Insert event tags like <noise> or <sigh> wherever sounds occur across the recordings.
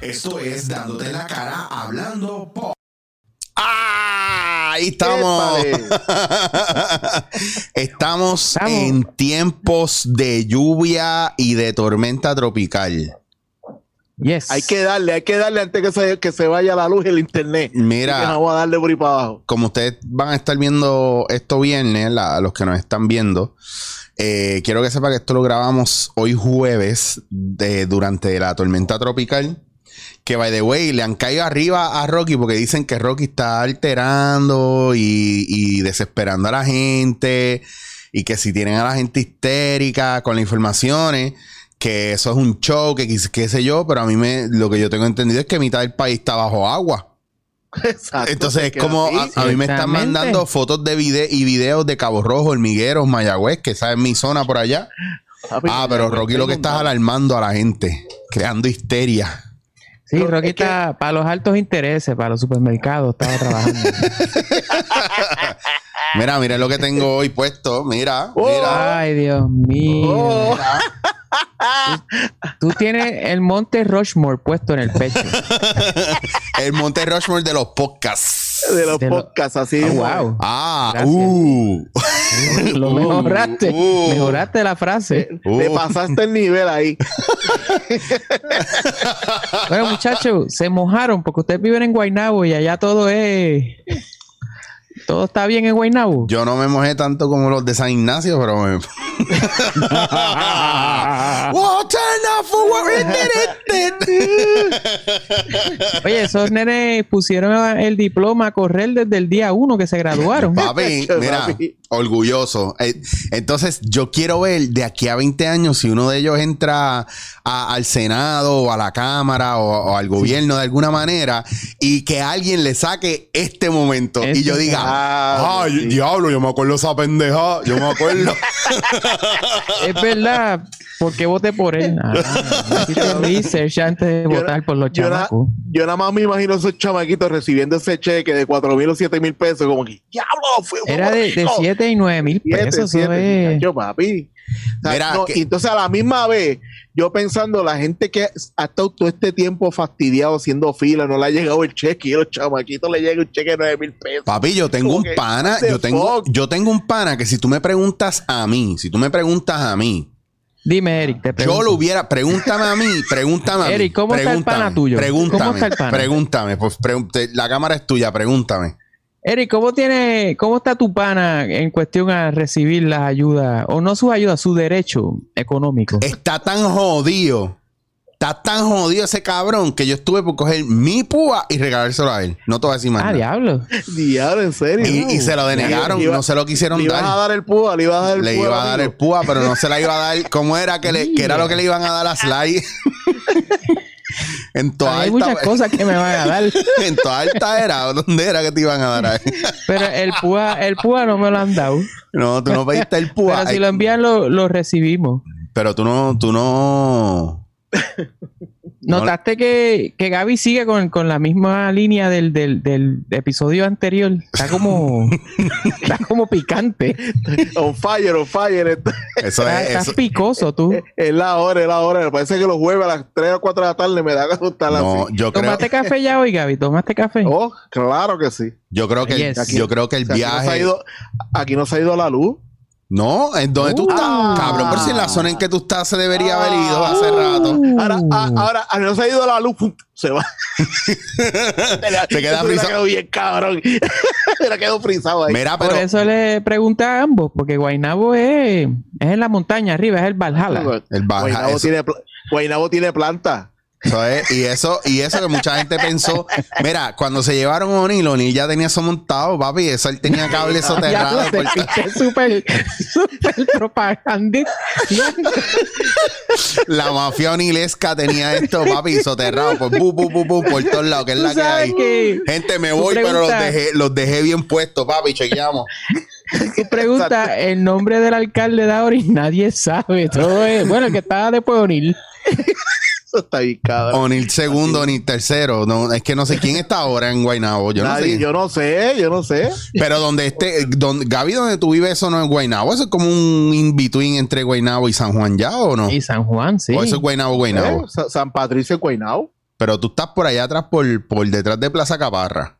Esto es Dándote la Cara Hablando por... ¡Ah! Ahí estamos. estamos Estamos. en tiempos de lluvia y de tormenta tropical. Yes. Hay que darle, hay que darle antes que se, que se vaya la luz y el internet. Así que Mira, vamos a darle por ahí para abajo. <laughs> como ustedes van a estar viendo esto viernes, la- los que nos están viendo, eh, quiero que sepa que esto lo grabamos hoy jueves de- durante la tormenta tropical. Que by the way, le han caído arriba a Rocky porque dicen que Rocky está alterando y, y desesperando a la gente. Y que si tienen a la gente histérica con las informaciones, que eso es un show, que quis- qué sé yo, pero a mí me, lo que yo tengo entendido es que mitad del país está bajo agua. Exacto. Entonces se es queda como a, así. a mí me están Ciertamente. mandando fotos de vide y videos de Cabo Rojo, Hormigueros, Mayagüez, que esa es mi zona por allá. Papi, Ah, pero Rocky lo que estás alarmando a la gente, creando histeria. Sí, Pero Rocky es que- está para los altos intereses, para los supermercados, <laughs> estaba trabajando. Mira, mira lo que tengo hoy puesto, mira, Oh. mira. Ay, Dios mío. Oh. Tú tienes el monte Rushmore puesto en el pecho. El Monte Rushmore de los podcasts. De los de lo- podcasts, así. Ah, mismo. wow. Ah, Gracias. uh. Lo mejoraste. uh. Mejoraste la frase. Le Uh. pasaste el nivel ahí. Bueno, muchachos, se mojaron porque ustedes viven en Guaynabo y allá todo es. Todo está bien en Guaynabo. Yo no me mojé tanto como los de San Ignacio, pero <laughs> me... <laughs> Well, turn off for what it did. Oye, esos nenes pusieron el diploma a correr desde el día uno que se graduaron. <laughs> Papi, mira, Papi. orgulloso. Eh, Entonces, yo quiero ver de aquí a 20 años si uno de ellos entra a- al Senado o a la Cámara o, o al gobierno de alguna manera y que alguien le saque este momento y Este yo diga, momento. ay, diablo, yo me acuerdo esa pendeja, yo me <laughs> acuerdo. Es verdad, porque voté por él. Ah, hiciste research antes de Yo na- votar por los yo na- chamacos. Yo nada más me imagino a esos chamaquitos recibiendo ese cheque de 4 mil o 7 mil pesos, como que, diablo, fue un Era de, de rico". 7 y 9 mil Siete, pesos. eso siete, es- muchacho, papi. O sea, Mira, no, que- y Entonces, a la misma vez, yo pensando, la gente que ha estado todo este tiempo fastidiado haciendo fila, no le ha llegado el cheque, y a los chamaquitos le llega un cheque de 9 mil pesos. Papi, yo tengo Como un que, pana, what the yo tengo, fuck? yo tengo un pana que si tú me preguntas a mí, si tú me preguntas a mí, Dime, Eric, te pregunto. Yo lo hubiera, pregúntame a mí, pregúntame a mí. Eric, ¿cómo está el pregúntame, pana tuyo? Pregúntame, ¿Cómo está el pana? pregúntame, pues pregun- te- la cámara es tuya, pregúntame. Eric, ¿cómo, tiene, ¿cómo está tu pana en cuestión a recibir las ayudas? O no sus ayudas, su derecho económico. Está tan jodido, está tan jodido ese cabrón que yo estuve por coger mi púa y regalárselo a él. No te voy a decir más Ah, nada. diablo. Diablo, en serio. Y, y se lo denegaron, Le iba- no se lo Le quisieron ibas a dar. dar el púa, le ibas a dar el Le púa, iba a dar el amigo. púa, pero no se la iba a dar. ¿Cómo era que, le, que era lo que le iban a dar a <laughs> Sly? en toda Hay alta, muchas cosas que me van <laughs> a dar. en toda alta era, ¿o ¿dónde era que te iban a dar a él? Pero el púa, el púa no me lo han dado. No, tú no pediste el púa. Pero si Ay, lo envían, lo, lo recibimos. Pero tú no, tú no. No- ¿Notaste que, que Gaby sigue con, con la misma línea del, del, del episodio anterior? Está <laughs> como, está como picante. On fire, on fire. esto- Eso Está- es. Estás Eso, eh, picoso tú. Es la hora, es la hora. Me parece que los jueves a las 3 o 4 de la tarde me da que asustar no, así. yo creo, ¿Tomaste café ya hoy, Gaby? ¿Tomaste café? Oh, claro que sí. yo creo que el, Yes. yo creo que el O sea, aquí, no se ha viaje. ido, aquí no se ha ido la luz. No, es donde tú Uh. estás. Cabrón, por si en la zona en que tú estás se debería haber ido hace Uh. rato. ah, Ahora, a- Mm. ahora, a no se ha ido la luz, pum, se va. <laughs> Te queda Eso hubiera frisado. quedado bien, cabrón. <laughs> Hubiera quedado frisado ahí. Mira, Por pero eso le pregunté a ambos, porque Guainabo es, es en la montaña arriba, es el Valhalla. el baja. Guaynabo Eso, tiene, pla- Guaynabo tiene planta. eso es, y eso, y eso que mucha gente pensó. Mira, cuando se llevaron a O'Neill, O'Neill ya tenía eso montado, papi. Eso él tenía cable <laughs> Ya soterrado. tú te por- fuiste súper <laughs> súper propagandista. la mafia onilesca tenía esto, papi, soterrado. Por, bu, bu, bu, bu, por todos lados, que es Tú la que sabes hay. que Gente, me Tú voy, pero los pregunta- dejé, los dejé bien puestos, papi, <laughs> chequeamos. tu pregunta, el nombre del alcalde de Auris, <laughs> nadie sabe. Todo es, bueno, el que estaba después de O'Neill. Eso está bien, cabrón. O'Neill segundo, ni tercero. No, es que no sé quién está ahora en Guaynabo. Yo no sé. Nadie- quién. yo no sé, yo no sé. Pero donde esté, donde, Gaby, donde tú vives, eso no es Guaynabo. Eso es como un in-between entre Guaynabo y San Juan ya, ¿o no? Y San Juan, sí. Ah. O eso es Guaynabo, ¿Eh? Guaynabo. Sa- San Patricio en Guaynabo. Pero tú estás por allá atrás, por, por detrás de Plaza Caparra.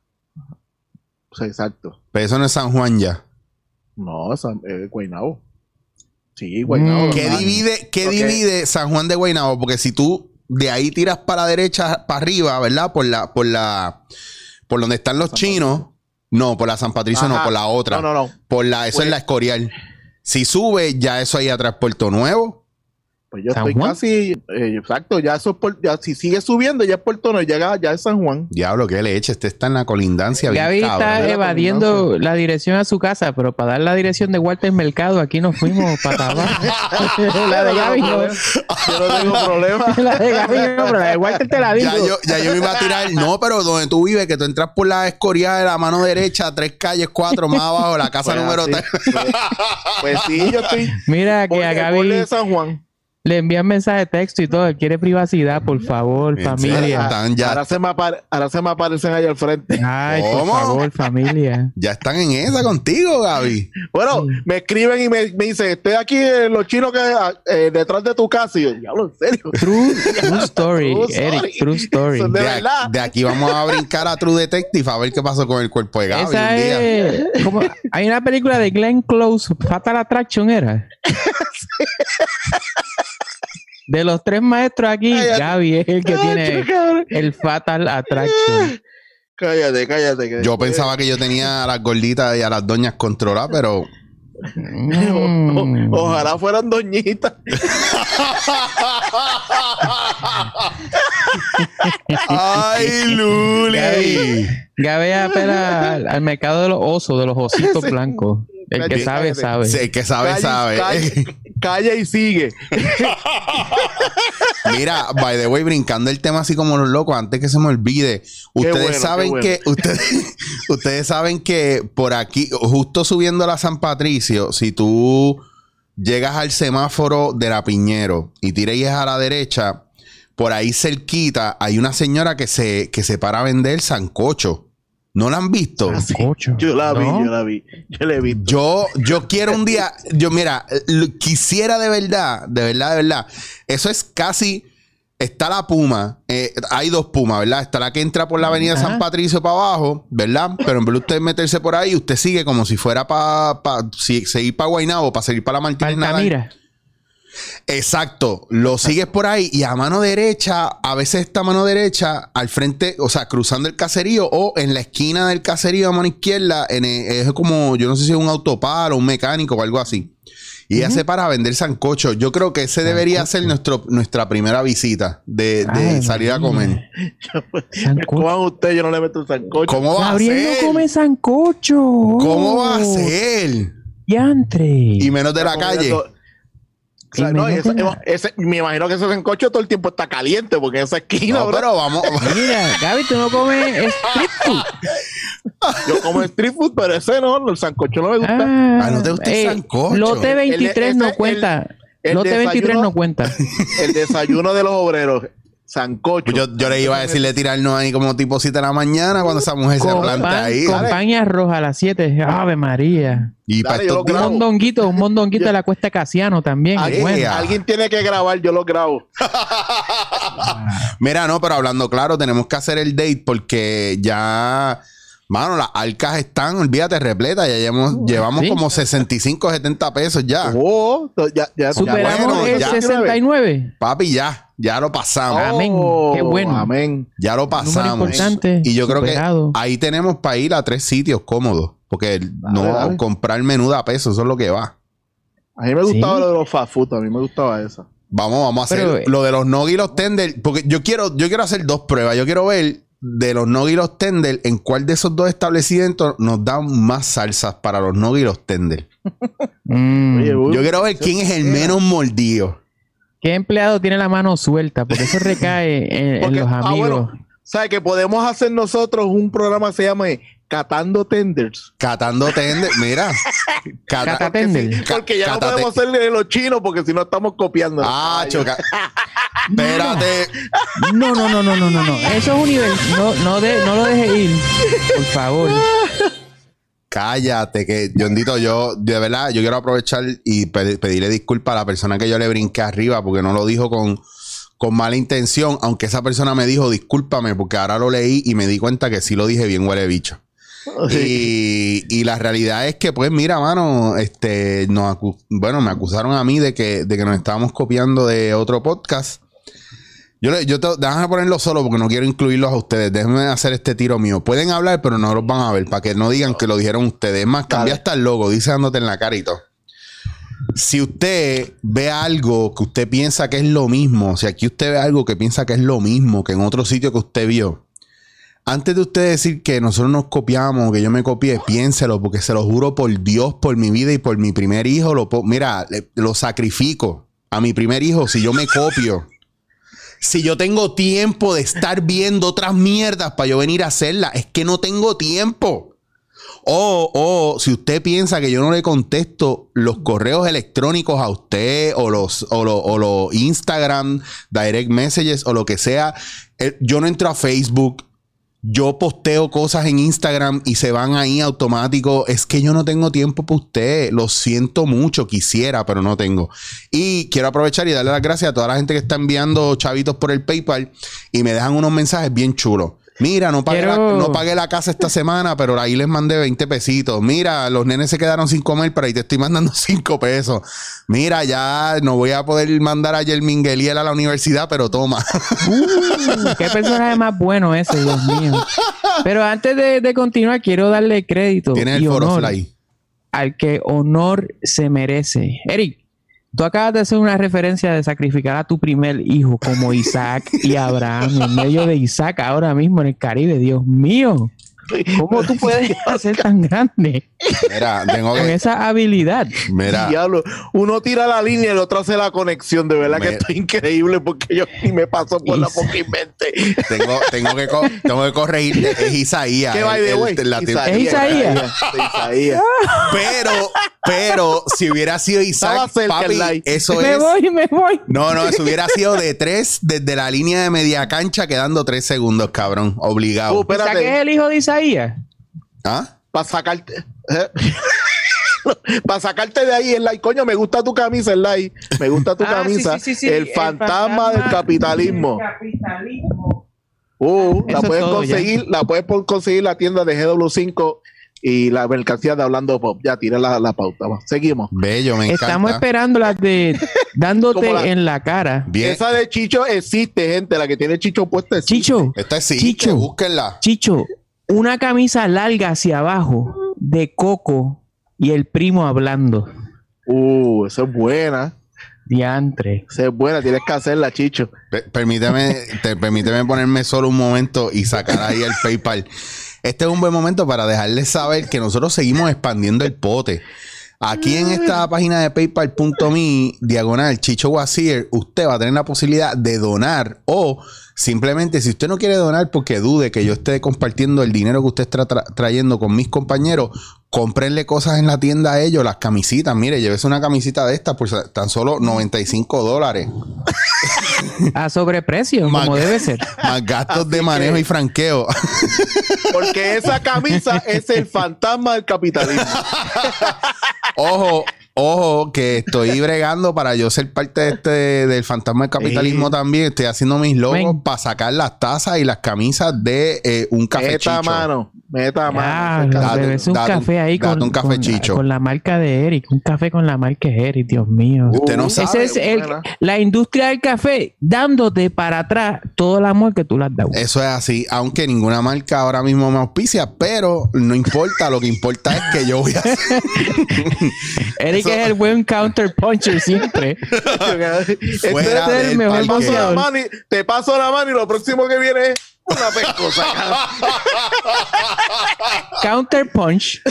O sea, exacto. Pero eso no es San Juan ya. No, San, eh, Guaynabo. Sí, Guaynabo. Mm. ¿Qué hermano. divide, qué Ok. divide San Juan de Guaynabo? Porque si tú de ahí tiras para la derecha, para arriba, ¿verdad? Por la, por la, por donde están los San chinos. No, por la San Patricio, no, Ajá. por la otra. No, no, no. Por la, eso Pues- es la Escorial. Si sube, ya eso ahí atrás Puerto Nuevo. Pues yo ¿San estoy Juan? casi. eh, exacto, ya eso es por- ya, si sigue subiendo, ya es Puerto Nuevo, llega, ya es San Juan. Diablo, qué leche. Este está en la colindancia. bien Gaby cabrón. está la evadiendo la dirección a su casa, pero para dar la dirección de Walter Mercado, aquí nos fuimos para abajo. la de Gaby Ah, no. Yo no tengo problema. <laughs> La de Gaby no, pero la de Walter te la digo. Ya yo, ya yo me iba a tirar. No, pero donde tú vives, que tú entras por la escorial de la mano derecha, tres calles, cuatro más abajo, la casa Pues número así. tres. Pues, pues sí, yo estoy. Mira <laughs> que Por a el borde Gaby de San Juan. le envían mensaje de texto y todo. él Quiere privacidad, por favor, En serio, familia. Están ya, Ahora, se me apare- ahora se me aparecen ahí al frente. Ay, por ¿Cómo? favor, familia. ya están en esa contigo, Gaby. Bueno, Sí. me escriben y me, me dicen, estoy aquí en los chinos que eh, detrás de tu casa. Y yo, diablo, en serio. <laughs> True, true story, True story. Eric, true story. Eso es De, De ac- verdad. de aquí vamos a brincar a True Detective a ver qué pasó con el cuerpo de Gaby. Esa un día. es. como- hay una película de Glenn Close, Fatal Attraction era. De los tres maestros aquí, Cállate. Gaby es el que Ah, tiene cabrón. el Fatal Attraction. Cállate, cállate. que- Yo pensaba que yo tenía a las gorditas y a las doñas controladas, pero Oh, O- Mm. ojalá fueran doñitas. <laughs> ¡Ay, Gaby. Luli! Gaby apela al, al mercado de los osos, de los ositos Sí. blancos. El Cállate, que sabe, cállate. sabe. Sí, el que sabe, Calla y- sabe. <laughs> calla- Calla y sigue. Mira, by the way, brincando el tema así como los locos, antes que se me olvide, ustedes bueno, qué saben bueno. que, ustedes, <laughs> ustedes saben que por aquí, justo subiendo a la San Patricio, si tú llegas al semáforo de la Piñero y tiréis a la derecha, por ahí cerquita hay una señora que se, que se para a vender sancocho. ¿No la han visto? Ah, Cocho. Yo la vi, ¿No? yo la vi. Yo la he visto. Yo, yo quiero un día, yo mira, lo- quisiera de verdad, de verdad, de verdad. Eso es casi, está la puma, eh, hay dos pumas, ¿verdad? Está la que entra por la avenida Ajá. San Patricio para abajo, ¿verdad? Pero en vez de usted meterse por ahí, usted sigue como si fuera para, si, seguir para Guaynabo, para seguir para la Martínez Nadal. Altamira. Exacto, lo sigues por ahí y a mano derecha, a veces esta mano derecha al frente, o sea, cruzando el caserío o en la esquina del caserío a mano izquierda, en el- es como, yo no sé si es un autopar o un mecánico o algo así. Y ella se para a vender sancocho. Yo creo que ese debería ser nuestro, nuestra primera visita de, de Ay, salir a comer. Sancocho. Coman usted, yo no le meto el sancocho. ¿Cómo va a Gabriel ser? no come sancocho. Oh. ¿Cómo va a ser? Yantre. Y menos de la Comida calle. to- O sea, Y no, me esa- meten la- ese- me imagino que ese sancocho todo el tiempo está caliente porque en esa esquina, No, bro, pero vamos. <laughs> Mira, Gaby, tú no comes street food. yo como street food, pero ese no, el sancocho no me gusta. Ah, ¿no te gusta el sancocho? eh, Lote 23 El- no ese- cuenta. el lote 23 desayuno- no <laughs> cuenta. El desayuno de los obreros, sancocho. Pues Yo, yo le iba a decirle tirarnos ahí como tipo 7 de la mañana cuando esa mujer se Con planta pan, ahí. con pan y arroz a las 7. Ave María. Y para Dale, yo estos lo Un días. grabo. mondonguito, un mondonguito de la cuesta Casiano también. alguien, bueno. ya. alguien tiene que grabar, yo lo grabo. Mira, no, pero hablando claro, tenemos que hacer el date porque ya. Mano, las alcas están, olvídate, repletas. Ya llevamos, llevamos sí. como 65, 70 pesos ya. Oh, to- ya, ya, Superamos bueno, el ya. 69. Papi, ya. Ya lo pasamos. Oh, Ah. Amén, qué bueno. Amén. Ya lo pasamos. importante, Y yo creo superado. que ahí tenemos para ir a tres sitios cómodos. Porque no dale. comprar menuda a peso, eso es lo que va. A mí me gustaba lo de los fast food, a mí me gustaba esa. Vamos, vamos a hacer Pero, eh, lo de los nogi y los tender. Porque yo quiero, yo quiero hacer dos pruebas. Yo quiero ver de los nogi y los tender en cuál de esos dos establecimientos nos dan más salsas para los nogi y los tender. Mm. Oye, uy, Yo quiero ver quién es el menos mordido. ¿Qué empleado tiene la mano suelta? Porque eso recae en, en Porque- los ah, amigos. bueno, ¿Sabes que podemos hacer nosotros un programa que se llama eh, Catando Tenders? Catando tender. Mira. Cata- Cata tender. Ca- Porque ya cátate. no podemos ser de los chinos porque si no estamos copiando. Ah, <laughs> choca. Espérate. No, no, no, no, no, no, no. Eso es universal. No, no, de- no lo deje ir. Por favor. Cállate, que Yondito, yo de verdad, yo quiero aprovechar y pe- pedirle disculpas a la persona que yo le brinqué arriba porque no lo dijo con, con mala intención, aunque esa persona me dijo, discúlpame, porque ahora lo leí y me di cuenta que sí lo dije bien, huele bicho. <laughs> Y, y la realidad es que, pues, mira, mano, este, nos acu- bueno, me acusaron a mí de que, de que nos estábamos copiando de otro podcast. Yo, le- yo te, déjame ponerlo solo porque no quiero incluirlos a ustedes. Déjenme hacer este tiro mío. Pueden hablar, pero no los van a ver para que no digan que lo dijeron ustedes. Es más, cambia Dale. hasta el logo, dice dándote en la cara y todo. Si usted ve algo que usted piensa que es lo mismo, si aquí usted ve algo que piensa que es lo mismo que en otro sitio que usted vio, antes de usted decir que nosotros nos copiamos, que yo me copié, piénselo, porque se lo juro por Dios, por mi vida y por mi primer hijo. Lo, po- mira, le- lo sacrifico a mi primer hijo si yo me copio. Si yo tengo tiempo de estar viendo otras mierdas para yo venir a hacerlas, es que no tengo tiempo. O, o si usted piensa que yo no le contesto los correos electrónicos a usted o los, o lo- o lo Instagram, direct messages o lo que sea, eh, yo no entro a Facebook, yo posteo cosas en Instagram y se van ahí automático. Es que yo no tengo tiempo para usted. Lo siento mucho, quisiera, pero no tengo. Y quiero aprovechar y darle las gracias a toda la gente que está enviando chavitos por el PayPal y me dejan unos mensajes bien chulos. Mira, no pagué, la, Quiero- no pagué la casa esta semana, pero ahí les mandé 20 pesitos. Mira, los nenes se quedaron sin comer, pero ahí te estoy mandando <laughs> 5 pesos. Mira, ya no voy a poder mandar a Yermin Gueliel a la universidad, pero toma. <laughs> Qué personaje más bueno ese, Dios mío. Pero antes de, de continuar, quiero darle crédito Tienes y el foro honor fly. al que honor se merece. Eric, tú acabas de hacer una referencia de sacrificar a tu primer hijo como Isaac y Abraham en medio de Isaac ahora mismo en el Caribe. Dios mío, ¿cómo tú puedes hacer tan grande Mira, <laughs> tengo con que. esa habilidad? <laughs> Mira. Diablo, uno tira la línea y el otro hace la conexión. De verdad que Me- esto es increíble porque yo ni me paso por la boca y mente. Tengo, tengo, que, co- tengo que corregir. eh, Es Isaías. ¿Qué el- va de el- güey? la- ¿Es Isaías? Isaías. Pero, pero, si hubiera sido Estaba Isaac, cerca el papi, like. eso me es. voy, me voy. No, no, eso hubiera sido de tres desde la línea de media cancha, quedando tres segundos, cabrón. Obligado. Uh, Isaac es espérate, el hijo de Isaías. ¿Ah? para sacarte. <laughs> para sacarte de ahí, el like, coño, me gusta tu camisa, el like, me gusta tu Ah, sí, camisa, sí, sí, sí, el, fantasma del capitalismo. del capitalismo. Uh, la Eso es puedes todo, ya. conseguir, la puedes por conseguir en la tienda de GW5 y la mercancía de Hablando Pop. Ya tira la, la pauta, va. seguimos. Bello, me encanta. Estamos esperando las de dándote Como la- en la cara. Bien. Esa de Chicho existe, gente, la que tiene Chicho puesta existe. Chicho, Esta es sí, Chicho. búsquenla. Chicho, una camisa larga hacia abajo de coco y el primo hablando. Uh, esa es buena. Diantre. Esa es buena, tienes que hacerla, Chicho. Pe- Permíteme, te- permíteme ponerme solo un momento y sacar ahí el PayPal. Este es un buen momento para dejarles saber que nosotros seguimos expandiendo el pote. Aquí en esta página de paypal.me, diagonal Chicho Wasir, usted va a tener la posibilidad de donar o simplemente si usted no quiere donar porque dude que yo esté compartiendo el dinero que usted está tra- trayendo con mis compañeros, cómprenle cosas en la tienda a ellos, las camisitas. Mire, llévese una camisita de estas por sa- tan solo 95 dólares. A sobreprecio, Mac. como debe <laughs> ser. <laughs> Más gastos de manejo y franqueo. <laughs> Porque esa <laughs> camisa es el fantasma del capitalismo. ojo, ojo, que estoy bregando para yo ser parte de este, del fantasma del capitalismo también. Estoy haciendo mis logos Ven. para sacar las tazas y las camisas de eh, un café Meta mano, meta Ah, mano. Date- bebes un date un- café ahí date con, un café, con- Chicho. con la marca de Eric. Un café con la marca de Eric, Dios mío. Usted no sabe. Esa es el- Uh, <laughs> buena. la industria del café dándote para atrás todo el amor que tú le has dado. Eso es así, aunque ninguna marca ahora mismo me auspicia, pero no importa, lo que importa es que yo <laughs> voy a <laughs> hacer. Eric eso- es el buen counter <laughs> puncher siempre. Este Fuera te es el del mejor parque. paso la boxeador. mano y- te paso la mano y lo próximo que viene es una pescosa. <laughs> cabrón. <laughs> Counter punch.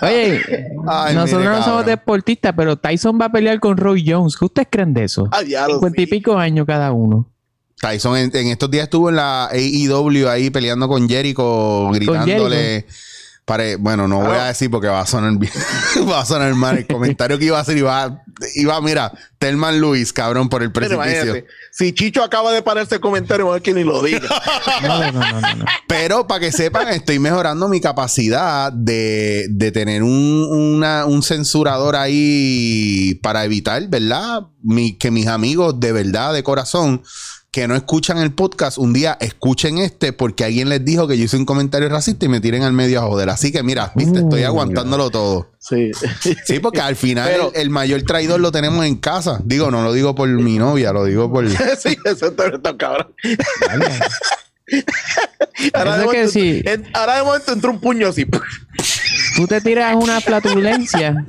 Oye, <laughs> Ay, nosotros mire, no somos cabrón. deportistas, pero Tyson va a pelear con Roy Jones. ¿Qué ustedes creen de eso? Ah, diablo, Cincuenta y sí. pico años <laughs> cada uno. Tyson en, E en estos días estuvo en la AEW ahí peleando con Jericho, gritándole. Pare- bueno, no voy a decir porque va a sonar bien. <laughs> va a sonar mal el comentario que iba a hacer. Iba, iba mira, Telman Luis, cabrón, por el Pero precipicio. imagínate, si Chicho acaba de pararse el comentario, mejor que ni lo diga. <laughs> No, no, no, no, no. Pero para que sepan, estoy mejorando mi capacidad de, de tener un, una- un censurador ahí para evitar, ¿verdad? Mi- que mis amigos de verdad, de corazón, que no escuchan el podcast, un día escuchen este porque alguien les dijo que yo hice un comentario racista y me tiren al medio a joder. Así que mira, viste, estoy Mm. aguantándolo todo. Sí. Sí, porque al final Pero- el, el mayor traidor lo tenemos en casa. Digo, no lo digo por mi novia, lo digo por... <laughs> sí, eso está, está cabrón. Ahora de, Eso es que momento, sí. en- ahora de momento entró un puño así. pues, Tú te tiras una flatulencia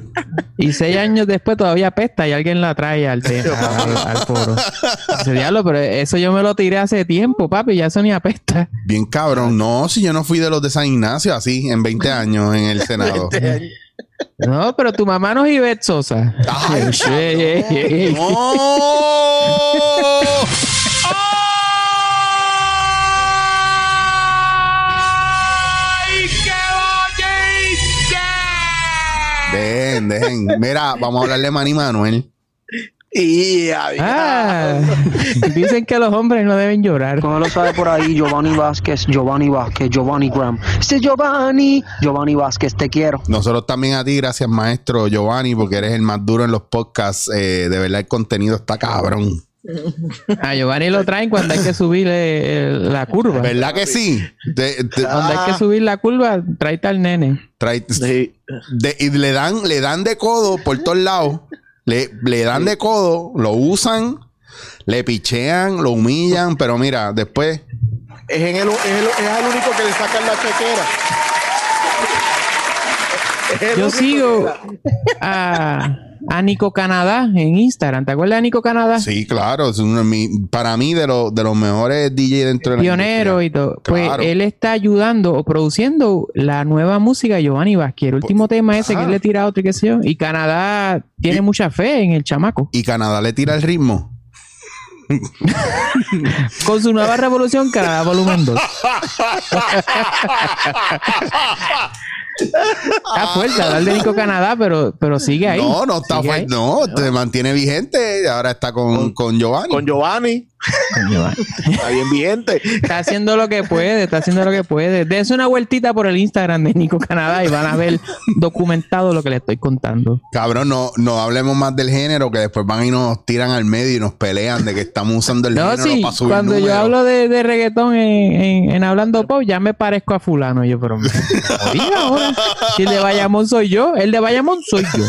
y seis años después todavía pesta y alguien la trae al, <laughs> te- al, al foro. Dice, diablo, pero eso yo me lo tiré hace tiempo, papi, ya eso ni apesta. Bien cabrón. No, si yo no fui de los de San Ignacio así en 20 años en el <laughs> Ah, este, Senado. No, pero tu mamá no es Ivette Sosa. Ay, Ey, ey, ey, ey. ¡No! Dejen, dejen. Mira, vamos a hablarle a Manny Manuel. Y adiós. Ah, dicen que los hombres no deben llorar. Como lo sabe por ahí, Giovanni Vázquez, Giovanni Vázquez, Giovanni Graham. Este Giovanni, Giovanni Vázquez, te quiero. Nosotros también a ti, gracias maestro Giovanni, porque eres el más duro en los podcasts. Eh, de verdad, el contenido está cabrón. A Giovanni lo traen cuando hay que subir eh, la curva. ¿Verdad que sí? De- de- Cuando hay que Ah. subir la curva, tráete al nene. trae- Sí. de- y le dan, le dan de codo por todos lados. Le, le dan de codo, lo usan, le pichean, lo humillan, pero mira, después Es, en el, es, el, es al único que le sacan la chequera. Es el Yo único que sigo la- a, a Nico Canadá en Instagram. ¿Te acuerdas de Nico Canadá? Sí, claro. Es uno de mi- para mí, de, lo- de los mejores DJ dentro de la Pionero industria. y todo. Pues Claro. él está ayudando o produciendo la nueva música de Giovanni Vázquez. El último tema ese que ah. él le tira a otro y qué sé yo. Y Canadá tiene Y- mucha fe en el chamaco. Y Canadá le tira el ritmo. Con su nueva revolución, Canadá Volumen 2. está fuerte hablar de Nico Canadá, pero, pero sigue ahí. No, no está Sigue ahí. fuerte. No, te mantiene vigente. Ahora está con, con Giovanni. Con Giovanni. <laughs> Está bien vigente. Está haciendo lo que puede, está haciendo lo que puede. Dense una vueltita por el Instagram de Nico Canadá y van a ver documentado lo que le estoy contando. Cabrón, no, no hablemos más del género que después van y nos tiran al medio y nos pelean de que estamos usando el No, género sí, para subir cuando yo números. hablo de, de reggaetón en, en- en Hablando Pop, ya me parezco a fulano. Yo, pero me jodí ahora. Si el de Bayamón soy yo, el de Bayamón soy yo.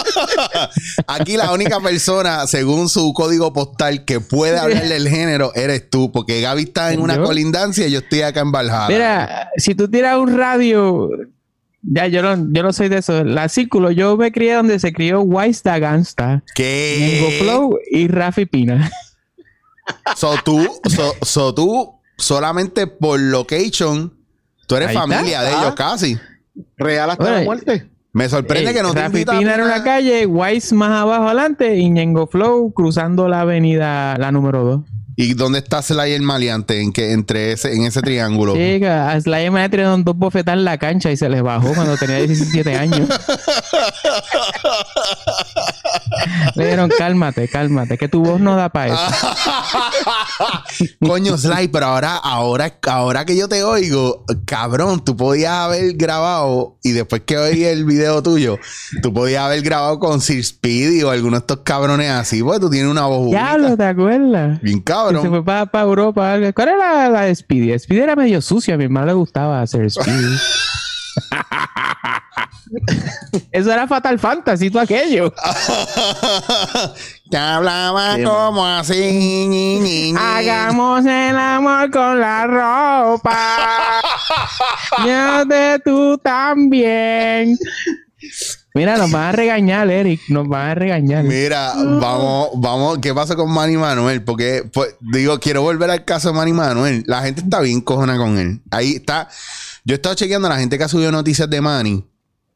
<laughs> Aquí la única persona, según su código postal, que puede hablar del género eres tú, porque Gaby está en una ¿Yo? colindancia y yo estoy acá en Valhalla. Mira, si tú tiras un radio, ya yo no, yo no soy de eso. La círculo, yo me crié donde se crió Wise Da Gangsta, Nengo ¿Qué? Flow y Rafi Pina. So tú, so, so tú, solamente por location, tú eres Ahí está. Ah. familia de ellos casi. Real hasta Bueno, la muerte. Me sorprende Ey, que no te Rafi invitan. Pina en una calle, Wise más abajo adelante y Ñengo Flow cruzando la avenida, la número 2. ¿Y dónde está Sly el maleante? En que, entre ese, en ese triángulo. Llega, a Sly me dieron dos bofetas en la cancha y se les bajó cuando tenía 17 años. Le dieron, cálmate, cálmate, que tu voz no da para Ah, eso. <laughs> Coño, Sly, pero ahora, ahora, ahora que yo te oigo, cabrón, tú podías haber grabado y después que oí el video tuyo, tú podías haber grabado con Sir Speedy o alguno de estos cabrones así, porque tú tienes una voz ya única. lo ¿te acuerdas? bien Que se cabrón. <laughs> fue para Europa. algo. ¿Cuál era la, la de Speedy? Speedy era medio sucia, a mi hermano le gustaba hacer Speedy. Eso era Fatal Fantasy, todo aquello. Te hablaba Sí, como así. ñi, ñi, ñi. Hagamos el amor con la ropa. Yo de tú también. Mira, nos van a regañar, Eric. Nos van a regañar. Mira, vamos, vamos, ¿qué pasa con Manny Manuel? Porque, pues, digo, quiero volver al caso de Manny Manuel. La gente está bien cojona con él. Ahí está. Yo he estado chequeando a la gente que ha subido noticias de Manny.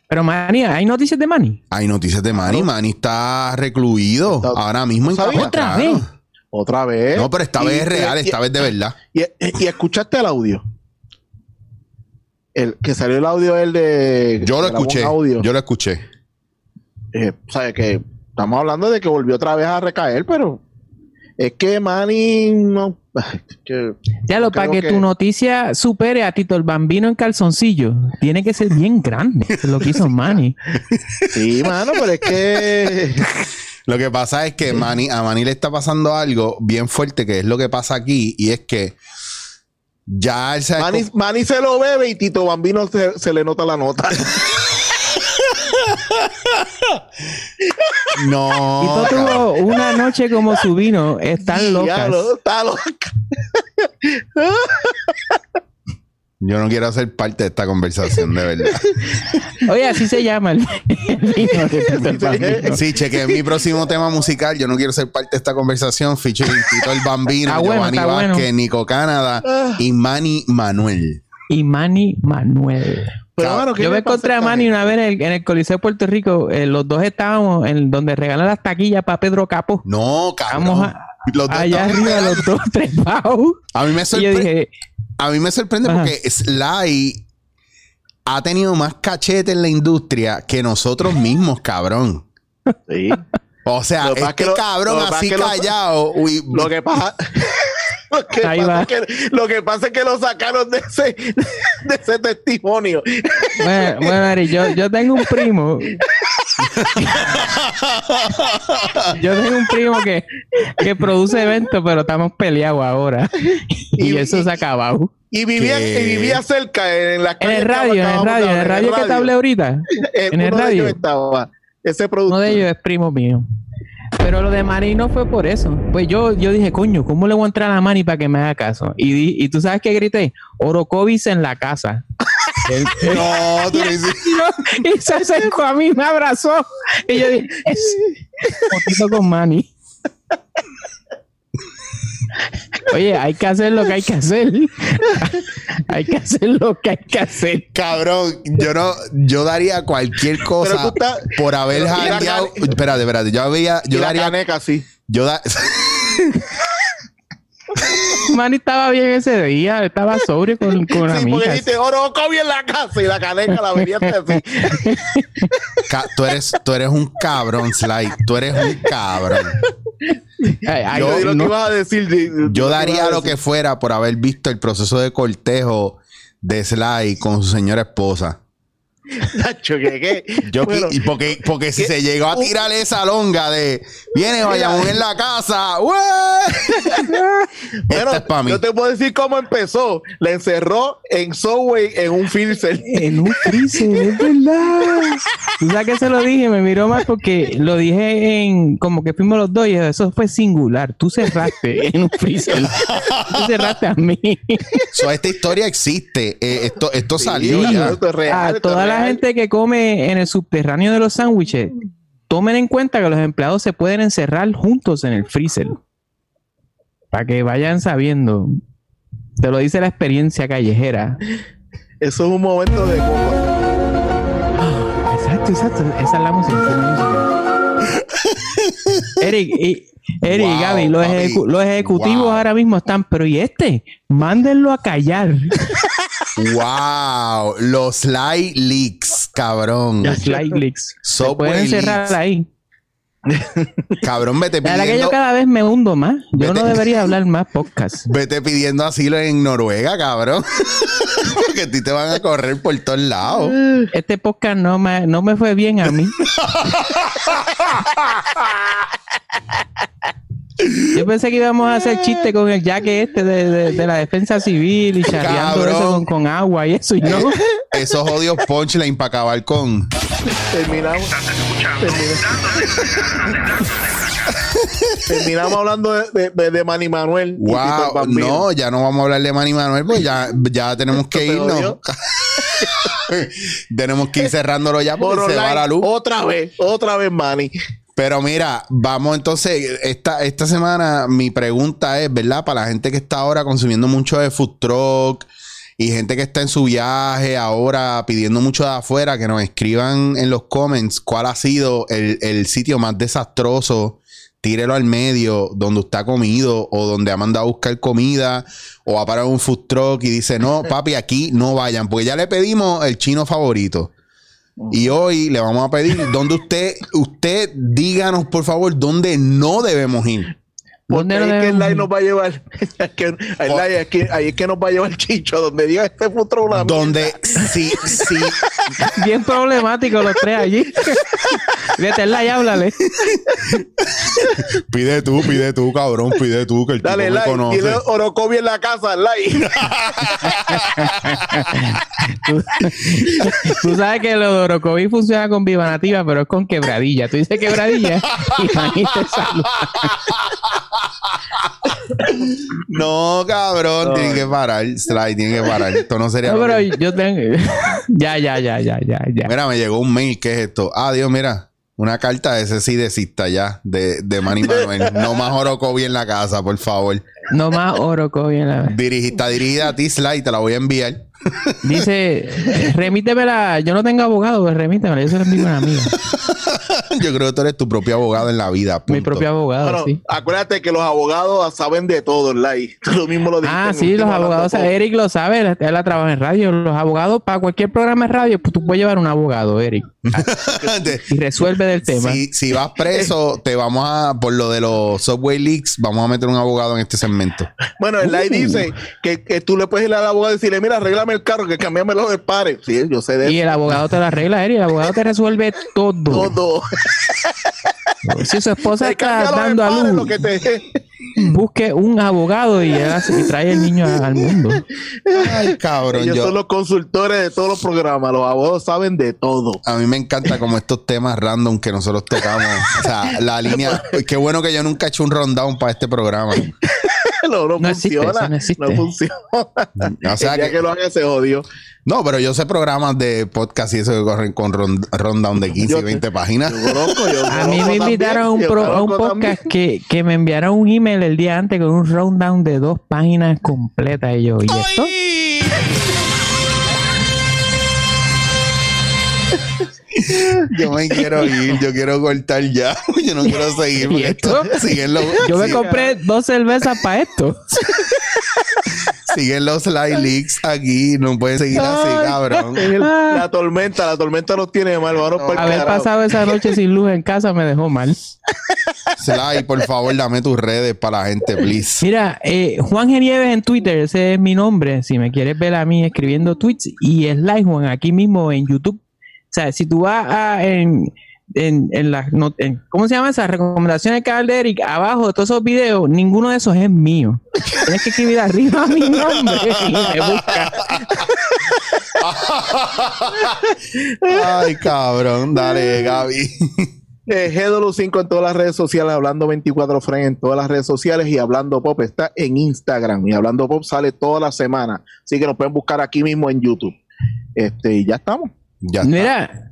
Pero, Manny, ¿hay noticias de Manny? Hay noticias de Manny. Manny está recluido Está- ahora mismo en ¿Sabía? Cabo ¿Otra Claro. vez? Otra vez. No, pero esta Y- Eh, vez es real, y- esta vez de verdad. Y, y escuchaste el audio. el que salió el audio el de Yo lo grabó un escuché. audio. Yo lo escuché. Eh, sabe que estamos hablando de que volvió otra vez a recaer, pero es que Manny no <laughs> que- Ya Creo lo para que, que- tu noticia supere a Tito el Bambino en calzoncillo, tiene que ser bien grande. eso es lo que hizo Manny. sí, mano, pero <laughs> es que Lo que pasa es que Manny- a Manny le está pasando algo bien fuerte, que es lo que pasa aquí, y es que ya él se ha <laughs> Manny, Manny se lo bebe y Tito Bambino se, se le nota la nota. No. Tito tuvo una noche como su vino, <laughs> están locas. Diablo, está loca. Yo no quiero ser parte de esta conversación, de <laughs> verdad. Oye, así se llama el, <laughs> el vino de Tito el Bambino. Sí, cheque, mi próximo tema musical. Yo no quiero ser parte de esta conversación. Featuring Tito el Bambino, <laughs> Está bueno, Giovanni está bueno. Ah. Vázquez, Nico Canadá y Manny Manuel. Y Manny Manuel. Pero, mano, ¿qué Yo le me pasa encontré a a esta Manny gente? una vez en el, en el Coliseo de Puerto Rico. eh, los dos estábamos en donde regalan las taquillas para Pedro Capo. No, cabrón. Vamos a- Los dos Allá estaban- arriba, los dos <laughs> trepados. a mí me Y yo sorprende. dije, A mí me sorprende Ajá. porque Sly ha tenido más cachete en la industria que nosotros mismos, cabrón. Sí. O sea, Lo que este pasa es que lo- cabrón lo que pasa así es que lo- callado. uy, Lo que pasa. <laughs> Lo que Ahí pasa, va. es que, lo que pasa es que lo sacaron de ese, <laughs> de ese testimonio. bueno, bueno, Ari, yo, yo tengo un primo. yo tengo un primo que, que produce eventos, pero estamos peleados ahora. y, Y- eso se ha acabado. Y vivía, ¿Qué? y vivía cerca, en la En el radio, en el radio, en el radio que te hablé ahorita. en el radio. estaba. Ese Uno productor. de ellos es primo mío. Pero lo de Manny no fue por eso. Pues yo, yo dije, coño, ¿cómo le voy a entrar a Manny para que me haga caso? Y, di- y tú sabes que grité, Orocovis en la casa. <laughs> No, tú lo hiciste. Y, yo- y se acercó a mí, me abrazó. Y yo dije, es poquito con Manny. Oye, hay que hacer lo que hay que hacer. <laughs> hay que hacer lo que hay que hacer. Cabrón, yo no, yo daría cualquier cosa tú estás- por haber pero- y la jangueado. cane- Espérate, espérate, yo había, y yo la daría, caneca, sí. yo da- <laughs> Manny estaba bien ese día, estaba sobrio con, con Sí, porque amigas. dijiste, oro, Kobe en la casa y la caneca la venía así. <laughs> ca- tú eres, tú eres un cabrón, Sly, tú eres un cabrón. Ay, ay, Yo di lo no. que ibas a decir. di- di lo que Yo ibas a daría lo que decir. fuera por haber visto el proceso de cortejo de Sly con su señora esposa. <laughs> Nacho, que, que- Yo Bueno, qui- y porque, porque si ¿qué? se llegó a Un- tirar esa longa de viene Bayamón en la casa, ¡Ué! <laughs> bueno, Esta es para mí. yo te puedo decir cómo empezó. La encerró en Subway en un filter. En un freezer, es <laughs> verdad. Tú sabes que se lo dije, me miró mal porque lo dije en como que fuimos los dos y eso fue singular. Tú cerraste en un freezer. Tú cerraste a mí. So, esta historia existe. Eh, esto esto salió Sí, ya. esto es real, A esto es toda la real. gente que come en el subterráneo de los sándwiches, tomen en cuenta que los empleados se pueden encerrar juntos en el freezer. Para que vayan sabiendo. Te lo dice la experiencia callejera. Eso es un momento de copa. Exacto, exacto. Esa es la música. esa es la <laughs> música. Eric, y, Eric Wow, Gaby, los, papi. ejecu- los ejecutivos Wow. ahora mismo están, pero ¿y este? Mándenlo a <laughs> callar. Wow, los Sly leaks, cabrón. Los light leaks. Se Subway pueden cerrar leaks. ahí. Cabrón, vete <laughs> La verdad que pidiendo, yo cada vez me hundo más. Yo no Vete. debería hablar más podcast. vete pidiendo asilo en Noruega, cabrón. <laughs> porque a ti te van a correr por todos lados. Este podcast no me, no me fue bien a mí. Yo pensé que íbamos a hacer chiste con el jaque este de, de- de la defensa civil y charreando Cabrón. eso con, con agua y eso y <laughs> no. Eh, Esos odios punchline para acabar con. Terminamos. <laughs> Terminamos, Terminamos hablando de, de, de- de Manny Manuel. y Tito el Wow, Bambino. no, ya no vamos a hablar de Manny Manuel, pues ya, ya tenemos que te irnos. dolió? <laughs> tenemos que ir cerrándolo ya porque Por se va online, la luz. Otra vez, otra vez Manny. Pero mira, vamos entonces, esta, esta semana mi pregunta es, ¿verdad? Para la gente que está ahora consumiendo mucho de food truck y gente que está en su viaje ahora pidiendo mucho de afuera, que nos escriban en los comments cuál ha sido el, el sitio más desastroso tírelo al medio donde usted ha comido o donde ha mandado a buscar comida o ha parado un food truck y dice, no, papi, aquí no vayan, porque ya le pedimos el chino favorito. Y hoy le vamos a pedir donde usted, usted díganos por favor dónde no debemos ir. ¿Dónde Ahí es que el debemos live ir? nos va a llevar. <laughs> Es que, el Oh. live es que- ahí es que nos va a llevar Chicho, donde diga este futuro una Donde sí, sí, Bien problemático los tres allí. Vete al live, háblale. pide tú, pide tú, cabrón, pide tú, que el Dale, tipo Ah, me like. conoce. Tiene Orocovi en la casa, <laughs> like. Tú sabes que lo de Orocovi funciona con viva nativa, pero es con quebradilla. Tú dices quebradilla y ahí te salva. No, cabrón, tiene que parar, Sly, tiene que parar. Esto no sería. No, lo pero que- yo tengo... <laughs> Ya, ya, ya, ya, ya, ya. Mira, me llegó un mail, ¿qué es esto? Ah, Dios, mira. Una carta de ese sí desista ya, de, de Manny Manuel. No más Orocovi en la casa, por favor. No más Orocovi en la vez. Dirigi- está dirigida a ti, Sly, te la voy a enviar. <laughs> Dice, remítemela. Yo no tengo abogado, pues remítemela. Yo se la envío a una amiga. Yo creo que tú eres tu propio abogado en la vida. Mi punto. <laughs> propio <laughs> abogado, Bueno, Ah, sí. acuérdate que los abogados saben de todo, like. <laughs> Tú lo mismo lo dijiste. Ah, en sí, último los hablando abogados, o sea, con- Eric lo sabe, él, él ha trabajado en radio. Los abogados, para cualquier programa de radio, pues, tú puedes llevar un abogado, Eric, Te- y resuelve del tema. si, si vas preso, te vamos a, por lo de los software leaks, vamos a meter un abogado en este segmento. Bueno, el like dice que, que tú le puedes ir al abogado y decirle, mira, arréglame el carro, que cambiámelo de pares. Sí, yo sé de Y el abogado te la arregla, Eric, el abogado te resuelve todo. todo. Si <laughs> su esposa Te está cámbialo de dando a pares, luz, lo que te- busque un abogado y, él hace- y trae el niño a- al mundo. Ay, cabrón, Ellos yo. son los consultores de todos los programas. Los abogados saben de todo. <laughs> A mí me encanta como estos temas random que nosotros tocamos. O sea, <laughs> la línea. Qué bueno que yo nunca he hecho un rundown para este programa. No, no, No existe, funciona. eso no existe. no funciona. O sea el día que, que, lo haga se jodió. no, pero yo sé programas de podcast y eso que corren con run- rundown de 15 y 20 páginas. Yo conozco, yo <laughs> A mí conozco me invitaron a un, también, yo pro- a un conozco también. podcast que, que me enviaron un email el día antes con un rundown de dos páginas completas. Y yo, ¿y esto? Yo me quiero ir, yo quiero cortar ya. <laughs> Yo no quiero seguir. ¿Y porque esto? esto- siguen los, Yo me sig- compré dos cervezas para esto. siguen los slide leaks aquí. No pueden seguir así, Ay. cabrón. Ah. <laughs> La tormenta, la tormenta nos tiene mal, vamos pa'l Haber carajo. pasado esa noche sin luz en casa me dejó mal. Sly, por favor, dame tus redes para la gente, please. Mira, eh, Juan Genieves en Twitter, ese es mi nombre. Si me quieres ver a mí escribiendo tweets y Sly Juan aquí mismo en YouTube. O sea, si tú vas a, en, en, en las not- en- ¿cómo se llama esas recomendaciones que da el de Eric? Abajo de todos esos videos, ninguno de esos es mío. Tienes que escribir arriba mi nombre y me buscas. Ay, cabrón, dale, Gaby. Eh, GW5 en todas las redes sociales, hablando 24 Friends en todas las redes sociales y hablando Pop está en Instagram y hablando Pop sale toda la semana. Así que nos pueden buscar aquí mismo en YouTube. Este, y ya estamos. Ya está. Mira,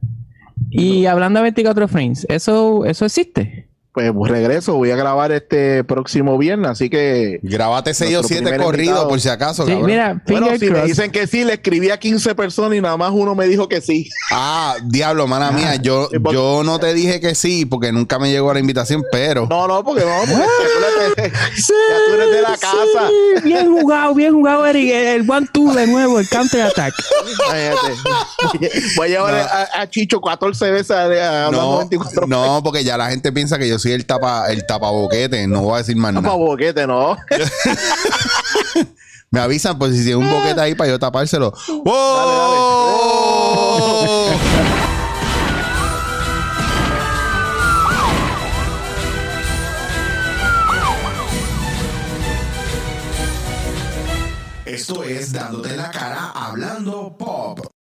y hablando de 24 frames, ¿eso, eso existe? Pues regreso, voy a grabar este próximo viernes, así que Grábate 6 o Nuestro 7 primer corrido, invitado. por si acaso, Sí, cabrón. mira, bueno, finger si me crossed. dicen que sí, le escribí a 15 personas y nada más uno me dijo que sí. <laughs> Ah, diablo, mana mía, yo, eh, porque- yo no te dije que sí porque nunca me llegó la invitación, pero No, no, porque no, porque acuérdate, ya tú eres de la casa. Sí, Bien jugado, bien jugado, Eric. El, el one two de nuevo, el counter attack. Imagínate. Voy a llevar a, a Chicho 14 veces a, a hablando no, 24 no, porque ya la gente piensa que yo soy el tapa el tapaboquete, no voy a decir más No, nada. boquete, no. Me avisan por si tiene un boquete ahí para yo tapárselo. ¡Wow! Esto es Dándote la cara hablando pop.